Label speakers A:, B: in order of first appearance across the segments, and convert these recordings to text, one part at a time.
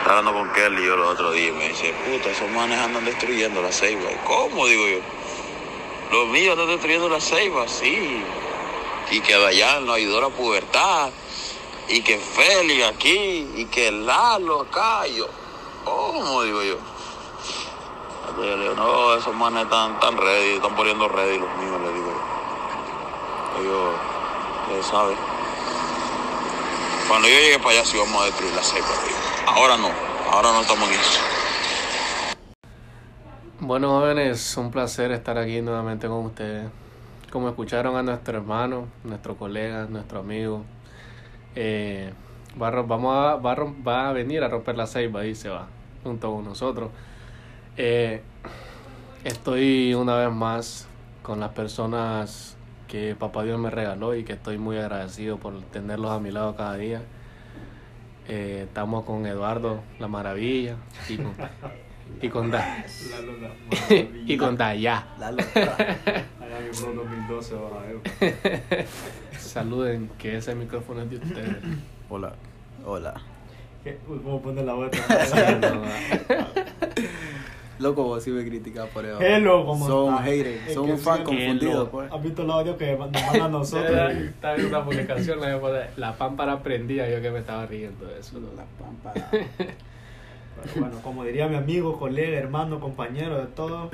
A: Estaba hablando con Kelly yo los otros días y me dice, puta, esos manes andan destruyendo las ceibas. ¿Y ¿Cómo? Digo yo. Los míos andan destruyendo las ceibas, sí. Y que Dayan nos ayudó a la pubertad. Y que Félix aquí. Y que Lalo acá. Y yo, ¿cómo? Digo yo. Entonces yo le digo, no, esos manes están, están ready, están poniendo ready los míos, le digo yo. Le digo, ustedes saben. Cuando yo llegue para allá sí vamos a destruir la cepa. Ahora no, ahora no estamos en eso.
B: Bueno, jóvenes, un placer estar aquí nuevamente con ustedes. Como escucharon a nuestro hermano, nuestro colega, nuestro amigo, eh, va, a, rom- vamos a- va, a, rom- va a venir a romper la ceiba y se va junto con nosotros. Eh, estoy una vez más con las personas que Papá Dios me regaló y que estoy muy agradecido por tenerlos a mi lado cada día. Eh, estamos con Eduardo La Maravilla y con, y con, Da- y con Dayá.
C: La locura.
D: Allá que Pro 2012 va eh. a ver.
B: Saluden, que ese micrófono es de ustedes.
C: Hola. Hola.
D: ¿Qué? Uy, ¿Cómo poner la vuelta?
C: Loco, vos sí me criticas por eso.
D: Hello, ¿cómo
C: Son
D: estás?
C: haters,
D: Es
C: son
D: que
C: un fan
D: sí,
C: confundido,
B: hello.
C: pues.
D: ¿Has visto los audios que nos mandan a nosotros?
B: Estaba en una publicación, la, vez pasada, la pámpara prendida, yo que me estaba riendo de eso. ¿no?
C: La pampa.
D: Pero bueno, como diría mi amigo, colega, hermano, compañero de todo,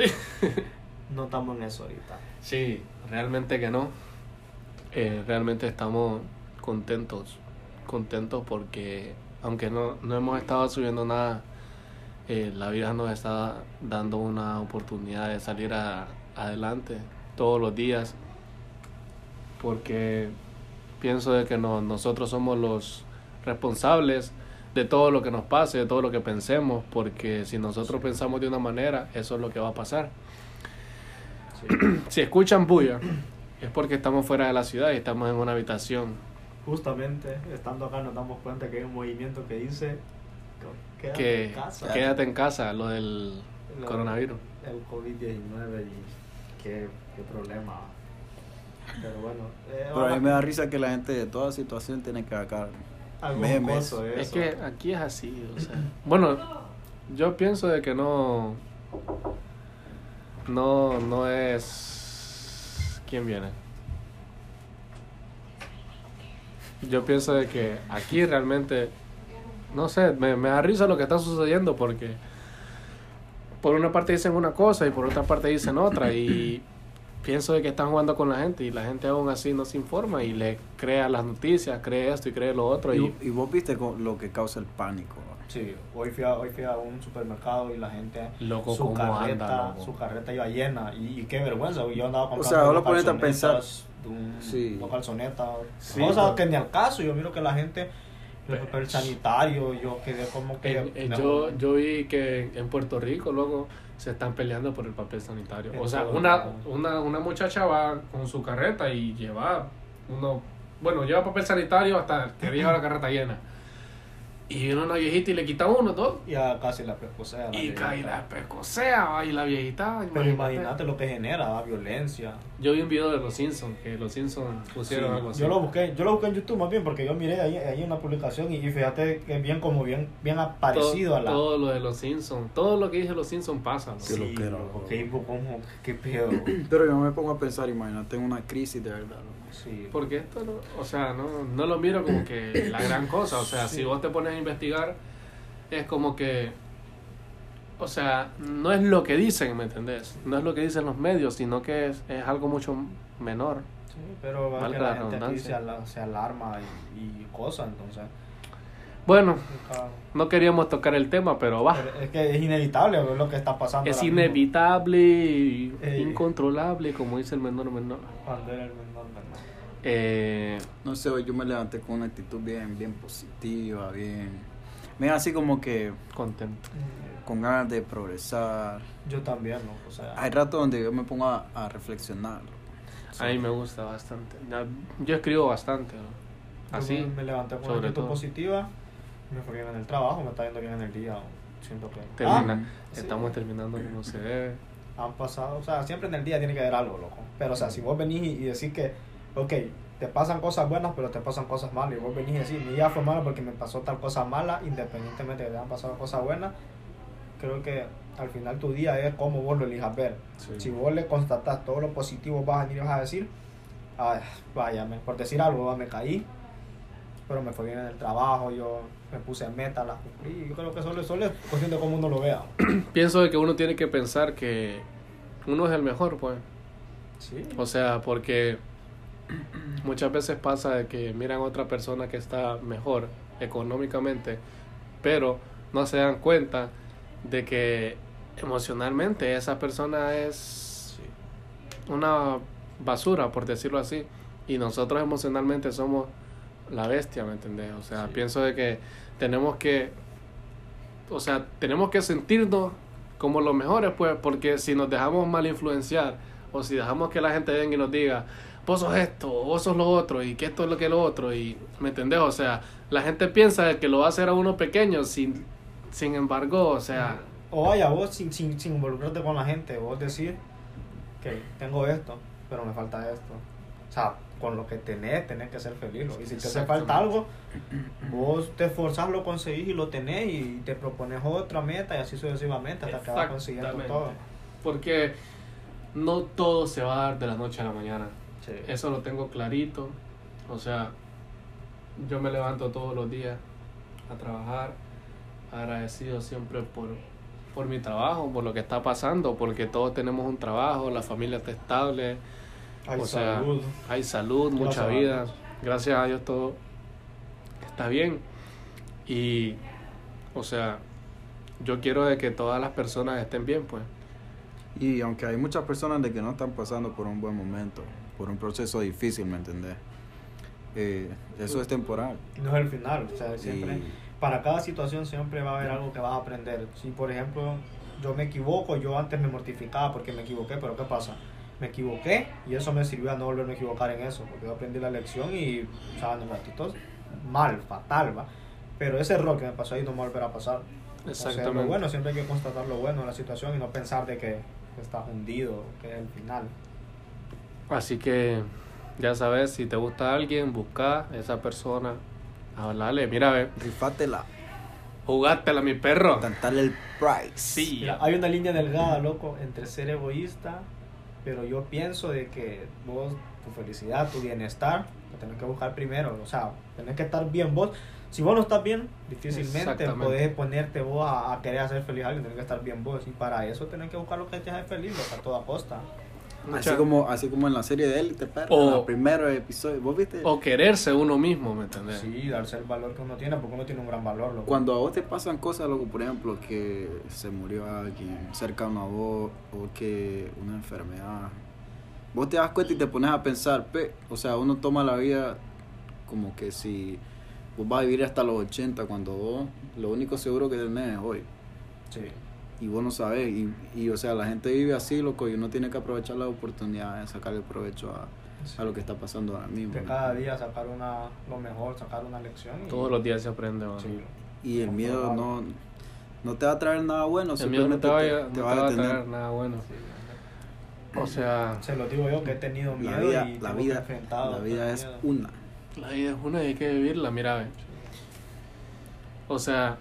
D: no estamos en eso ahorita.
B: Sí, realmente que no. Eh, realmente estamos contentos, contentos porque aunque no, no hemos estado subiendo nada, eh, la vida nos está dando una oportunidad de salir a- adelante todos los días porque pienso de que no- nosotros somos los responsables de todo lo que nos pase, de todo lo que pensemos, porque si nosotros pensamos de una manera, eso es lo que va a pasar. Si escuchan bulla, es porque estamos fuera de la ciudad y estamos en una habitación.
D: Justamente, estando acá nos damos cuenta que hay un movimiento que dice que- quédate
B: Que
D: en casa.
B: quédate en casa, lo del
D: Lo-
B: coronavirus.
D: el COVID-19 y qué, qué problema. Pero bueno, eh,
C: Pero a
D: ahora-
C: mí me da risa que la gente de toda situación tiene que sacar
D: algún
C: memes.
D: coso de
B: Es
D: eso.
B: que aquí es así, o sea. Bueno, yo pienso de que no. No, no es. ¿Quién viene? Yo pienso de que aquí realmente. No sé, me, me da risa lo que está sucediendo porque. Por una parte dicen una cosa y por otra parte dicen otra y. Pienso de que están jugando con la gente y la gente aún así no se informa y le crea las noticias, cree esto y cree lo otro y
C: Y, y vos viste co- lo que causa el pánico.
D: Sí, hoy fui, a, hoy fui a un supermercado y la gente,
B: Loco,
D: su,
B: cómo anda,
D: carreta,
B: loco.
D: su carreta iba llena. Y, y qué vergüenza, yo andaba comprando
C: sea, ahora
D: unos
C: ponete a pensar.
D: calzonetas, un-
C: Sí.
D: Dos calzonetas,
B: Sí,
D: cosas
B: pero-
D: que ni al caso. Yo miro que la gente, el papel sanitario, yo quedé como que.
B: En- en-
D: no.
B: Eh, yo, yo vi que en Puerto Rico luego se están peleando por el papel sanitario. O
D: En
B: sea,
D: todo
B: una,
D: lado.
B: una, una muchacha va con su carreta y lleva uno, bueno, lleva papel sanitario hasta que lleva la carreta llena. Y viene una viejita y le quita uno, dos.
D: Ya casi la precocea. la
B: Y
D: viejita.
B: cae la pescosea, va, y la viejita.
D: Pero imagínate lo que genera la violencia.
B: Yo vi un video de los Simpsons, que los Simpsons pusieron
D: Sí,
B: algo así.
D: Yo lo busqué, yo lo busqué en YouTube más bien porque yo miré ahí, ahí una publicación y, y fíjate que bien como bien bien
B: Todo-
D: aparecido a la
B: Todo lo de los Simpsons, todo lo que dice los Simpsons pasa. ¿no?
C: Sí. Qué loquero,
D: loco,
C: loco.
D: qué hipo- cómo- qué pedo.
C: Pero yo me pongo a pensar, imagínate una crisis de verdad. loco.
D: Sí.
B: Porque esto no, o sea, no, no lo miro como que la gran cosa. O sea, si vos te pones a investigar, es como que, o sea, no es lo que dicen, ¿me entendés? No es lo que dicen los medios, sino que es, es algo mucho menor.
D: Sí, pero va
B: Valga
D: que la,
B: la
D: gente aquí se,
B: redundancia.
D: ala- se alarma y, y cosas, entonces.
B: Bueno,
D: nunca-
B: no queríamos tocar el tema, pero va.
D: pero es que es inevitable ver lo que está pasando.
B: Ah. Es
D: ahora mismo.
B: inevitable, y
D: Ey.
B: incontrolable, como dice el menor menor.
D: Cuando era el menor, ¿verdad?
B: Eh,
C: No sé, hoy yo me levanté con una actitud bien, bien positiva, bien. Me así como que
B: contento.
C: con ganas de progresar.
D: Yo también, ¿no? O sea,
C: Hay ratos donde yo me pongo a, a reflexionar.
B: A mí me gusta bastante. Ya- Yo escribo bastante. ¿no?
D: yo
B: Así.
D: me levanté con una
B: sobre
D: actitud
B: todo.
D: positiva, me fue bien en el trabajo, me está yendo bien en el día. Siento que.
B: Termina.
D: Ah, sí.
B: Estamos terminando como se debe.
D: han pasado, o sea, siempre en el día tiene que haber algo, loco. Pero, o sea, si vos venís y, y decís que, ok, te pasan cosas buenas, pero te pasan cosas malas. Y vos venís y decís, mi día fue malo porque me pasó tal cosa mala, independientemente de que te hayan pasado cosas buenas. Creo que al final tu día es como vos lo elijas ver.
B: Sí.
D: Si vos le constatás todo lo positivo, vas a venir y vas a decir, "Ay, vaya, me- por decir algo, va, me caí, pero me fue bien en el trabajo, yo me puse meta, las cumplí. Yo creo que solo, solo es cuestión de cómo uno lo vea.
B: Pienso de que uno tiene que pensar que uno es el mejor, pues.
D: Sí.
B: O sea, porque muchas veces pasa de que miran a otra persona que está mejor económicamente, pero no se dan cuenta de que emocionalmente esa persona es una basura, por decirlo así, y nosotros emocionalmente somos la bestia, ¿me entendés? O sea,
C: Sí.
B: pienso de que tenemos que, o sea, tenemos que sentirnos como los mejores, pues, porque si nos dejamos mal influenciar o si dejamos que la gente venga y nos diga, vos sos esto, o vos sos lo otro, y que esto es lo que lo otro, y ¿me entendés? O sea, la gente piensa que lo va a hacer a uno pequeño, sin, sin embargo, o sea,
D: Mm. O vaya, vos sin, sin, sin involucrarte con la gente, vos decir que tengo esto, pero me falta esto. O sea, con lo que tenés, tenés que ser feliz. ¿no? Y si te hace falta algo, vos te esforzás, lo conseguís y lo tenés y te propones otra meta y así sucesivamente hasta que vas consiguiendo
B: Exactamente.
D: todo.
B: porque no todo se va a dar de la noche a la mañana.
D: Sí.
B: Eso lo tengo clarito. O sea, yo me levanto todos los días a trabajar, agradecido siempre por, por mi trabajo, por lo que está pasando, porque todos tenemos un trabajo, la familia está estable,
D: Ay,
B: o sea,
D: salud.
B: hay salud, mucha
D: Gracias a
B: vida.
D: Dios.
B: Gracias a Dios todo está bien. Y, o sea, yo quiero de que todas las personas estén bien, pues.
C: Y aunque hay muchas personas de que no están pasando por un buen momento, por un proceso difícil, ¿me entendés? Eh, eso es temporal.
D: No es el final, o
B: Pues
D: sea, siempre.
C: Y-
D: para cada situación siempre va a haber algo que vas a aprender. Si, por ejemplo, yo me equivoco, yo antes me mortificaba porque me equivoqué, pero ¿qué pasa? Me equivoqué y eso me sirvió a no volverme a equivocar en eso, porque yo aprendí la lección y, o sea, en el ratito, mal, fatal, va. Pero ese error que me pasó ahí no me volverá a pasar. O sea, lo bueno, siempre hay que constatar lo bueno de la situación y no pensar de que estás hundido, que es el final.
B: Así que ya sabes, si te gusta alguien, busca a esa persona, hablale, mira, ve,
C: Rifátela,
B: jugátela mi perro.
C: cantarle el price.
B: Sí.
D: Mira, hay una línea delgada, loco, entre ser egoísta, pero yo pienso de que vos, tu felicidad, tu bienestar, lo tenés que buscar primero. O sea, tenés que estar bien vos. Si vos no estás bien, difícilmente
B: Exactamente.
D: podés ponerte vos a, a querer hacer feliz a alguien. Tenés que estar bien vos. Y para eso tenés que buscar lo que te hace feliz, loco, a toda costa.
C: Así
B: Mucha-
C: como, así como en la serie de Élite, perro,
B: O-
C: en los primeros episodios. ¿Vos viste?
B: O quererse uno mismo, ¿me entendés?
D: Sí, darse el valor que uno tiene, porque uno tiene un gran valor, loco.
C: Cuando a vos te pasan cosas, loco, por ejemplo, que se murió alguien cercano a vos o que una enfermedad, vos te das cuenta y te pones a pensar, pe, o sea, uno toma la vida como que si vos vas a vivir hasta los 80 cuando vos, lo único seguro que tenés es hoy
D: Sí.
C: y vos no sabés. Y, y, o sea, la gente vive así, loco, y uno tiene que aprovechar la oportunidad de sacarle provecho a, a lo que está pasando ahora mismo.
D: De cada día sacar una, lo mejor, sacar una lección. y-
B: Todos los días se aprende, mano.
D: Sí.
C: Y el miedo no, no te va a traer nada bueno,
B: El miedo no te va, a- no te
C: va
B: va a
C: detener.
B: traer nada bueno. O sea,
D: Se lo digo yo que he tenido miedo
C: La vida,
D: y
C: la
D: tengo que
C: vida,
D: enfrentado
C: la
D: con
C: vida
D: el
C: es
D: miedo.
C: una.
B: la vida es una y hay que vivirla, mira, ve. O sea,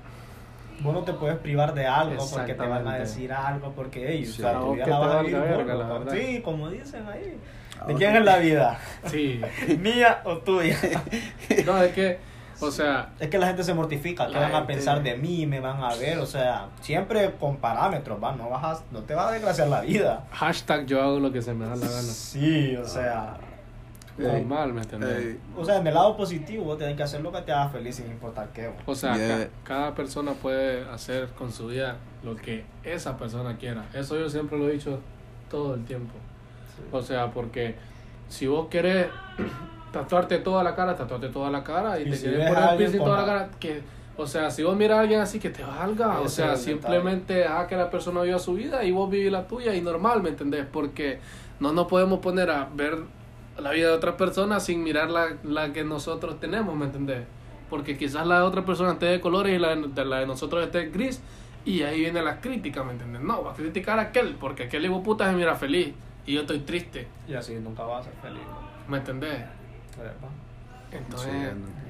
D: Vos no te puedes privar de algo porque te van a
B: Exactamente.
D: decir algo porque ellos,
C: Sí.
D: o sea,
C: A
D: tu
B: vos
D: vida
B: que
D: la
B: te
D: vas a
B: valga
D: vivir
B: verga,
D: vos,
B: la
D: loco.
B: verdad.
D: Sí, como dicen ahí.
C: Ah,
D: ¿De
C: ok.
D: quién es la vida?
B: sí.
D: ¿Mía o tuya?
B: No, es que, o sea,
D: es que la gente se mortifica, que
B: La
D: van a
B: gente-
D: pensar de mí, me van a ver, o sea, siempre con parámetros, va, no vas a- no te va a desgraciar la vida.
B: hashtag yo hago lo que se me da la gana.
D: Sí,
C: Ah.
D: o sea,
C: Ey,
B: Normal, ¿me entendés?
C: ey,
D: o sea, en el lado positivo vos tenés que hacer lo que te haga feliz sin importar qué. vos.
B: O sea, ca-
C: Yeah.
B: cada persona puede hacer con su vida lo que esa persona quiera. Eso yo siempre lo he dicho todo el tiempo. O sea, porque si vos querés tatuarte toda la cara, tatuarte toda la cara y,
D: Y
B: te
D: si
B: querés
D: ves a
B: poner un
D: alguien
B: piercing
D: con
B: toda la
D: la-
B: cara, que o sea, si vos miras a alguien así que te valga, o
D: Ese
B: sea,
D: es el detalle.
B: simplemente haz que la persona viva su vida y vos vivís la tuya y normal, ¿me entendés? Porque no nos podemos poner a ver la vida de otra persona sin mirar la, la que nosotros tenemos, ¿me entendés? Porque quizás la de otra persona esté de colores y la de, la de nosotros esté gris y ahí vienen las críticas, ¿me entendés? No, va a criticar a aquel porque aquel hijo puta se mira feliz y yo estoy triste,
D: Y así nunca vas a ser feliz. ¿no?
B: ¿me entendés?
D: Epa.
B: Entonces,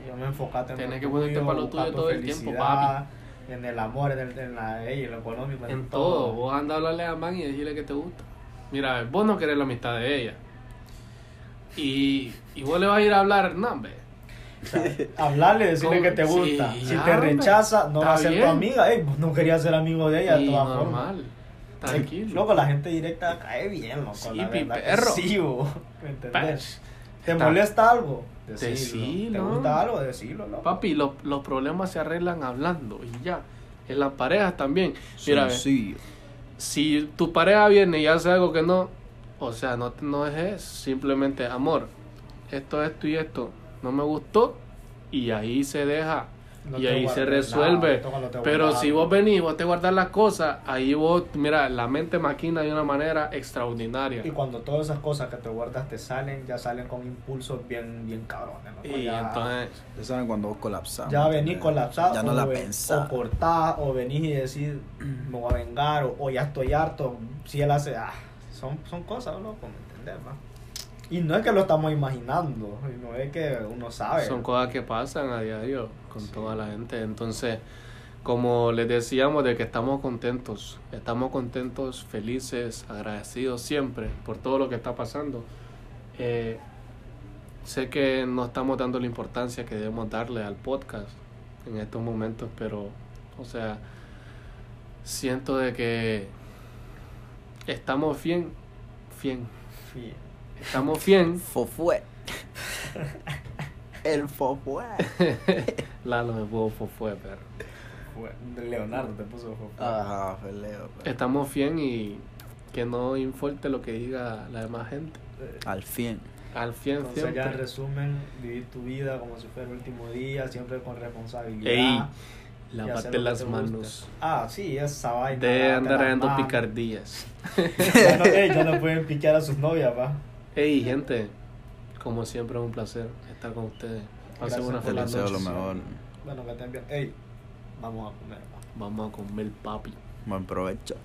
D: Yo me enfocaste en
B: Tenés
D: lo
B: que ponerte
D: tuyo,
B: para lo tuyo
D: buscar tu
B: todo el tiempo,
D: felicidad, En el amor, en, el, en, la, ey, en lo económico,
B: en todo, vos anda a hablarle a man y decirle que te gusta. Mira, vos no querés la amistad de ella. Y, y vos le vas a ir a hablar, no, hombre.
D: Hablarle, decirle
B: Con-
D: que te
B: sí,
D: gusta.
B: ya,
D: si te
B: hombre.
D: rechaza, no
B: Está
D: va a ser tu
B: bien.
D: amiga. Ey, vos no querías ser amigo de ella de
B: Y
D: todas formas.
B: normal,
D: Eh,
B: tranquilo.
D: Loco, la gente directa cae bien, loco.
B: Sí,
D: la
B: pi,
D: verdad que
B: perro.
D: Sí, bo. ¿Me entendés?
B: Pach.
D: ¿Te
B: Está-
D: molesta algo? Decilo. ¿Te
B: Decilo.
D: gusta algo? Decilo, loco.
B: Papi, los, los problemas se arreglan hablando y ya. En las parejas también. Mira, ve,
C: Sencillo.
B: si tu pareja viene y hace algo que no, o sea, no, no es eso, simplemente amor. Esto, esto y esto no me gustó y ahí se deja.
D: No
B: y
D: te
B: ahí se
D: guardes
B: resuelve.
D: nada, no te- no te
B: Pero
D: guardes
B: si
D: nada.
B: vos venís, vos te guardas las cosas, ahí vos, mira, la mente maquina de una manera extraordinaria.
D: Y cuando todas esas cosas que te guardas te salen, ya salen con impulsos bien, bien cabrones. loco,
B: Y
D: ya-
B: entonces, eh,
C: Ya saben cuando vos colapsás.
D: Ya
C: ¿me
D: venís
C: entendés?
D: colapsado.
C: Ya no la
D: o, ve-
C: pensás.
D: O cortás, o venís y decís, me voy a vengar, o, o ya estoy harto. Si él hace, ah, son, son cosas, loco, ¿me entendés? va? Y no es que lo estamos imaginando, y no es que uno sabe.
B: Son cosas que pasan a diario con toda la gente. Entonces, como les decíamos de que estamos contentos, estamos contentos, felices, agradecidos siempre por todo lo que está pasando. Eh, sé que no estamos dando la importancia que debemos darle al podcast en estos momentos, pero, o sea, siento de que estamos bien, bien,
D: Sí.
B: estamos bien.
C: Fofue. El fofue.
B: Lalo de Bofo fue, perro.
D: Fue- Leonardo te puso ojo. pues.
B: Ah.
C: Ajá, peleo. pues.
B: Estamos bien y que no importe lo que diga la demás gente.
C: Al fin.
B: Al fin
D: Eh, Entonces
B: siempre.
D: ya en resumen, vivir tu vida como si fuera el último día, siempre con responsabilidad.
B: Ey,
D: y hacer lo
B: lávate
D: que
B: las
D: te guste.
B: manos.
D: Ah, sí, esa vaina.
B: De
D: lávate
B: andar
D: las
B: haciendo
D: manos.
B: picardías.
D: Ya no, ey, ya no pueden piquear a sus novias, va.
B: Ey, gente, como siempre un placer estar con ustedes. Pasen
D: Gracias
B: una
D: por
C: Te
D: la
B: feliz
D: noche.
C: deseo
B: noche.
C: lo mejor.
D: Bueno, que estén bien. Ey, vamos a comer, va.
B: Vamos a comer papi.
C: Buen provecho.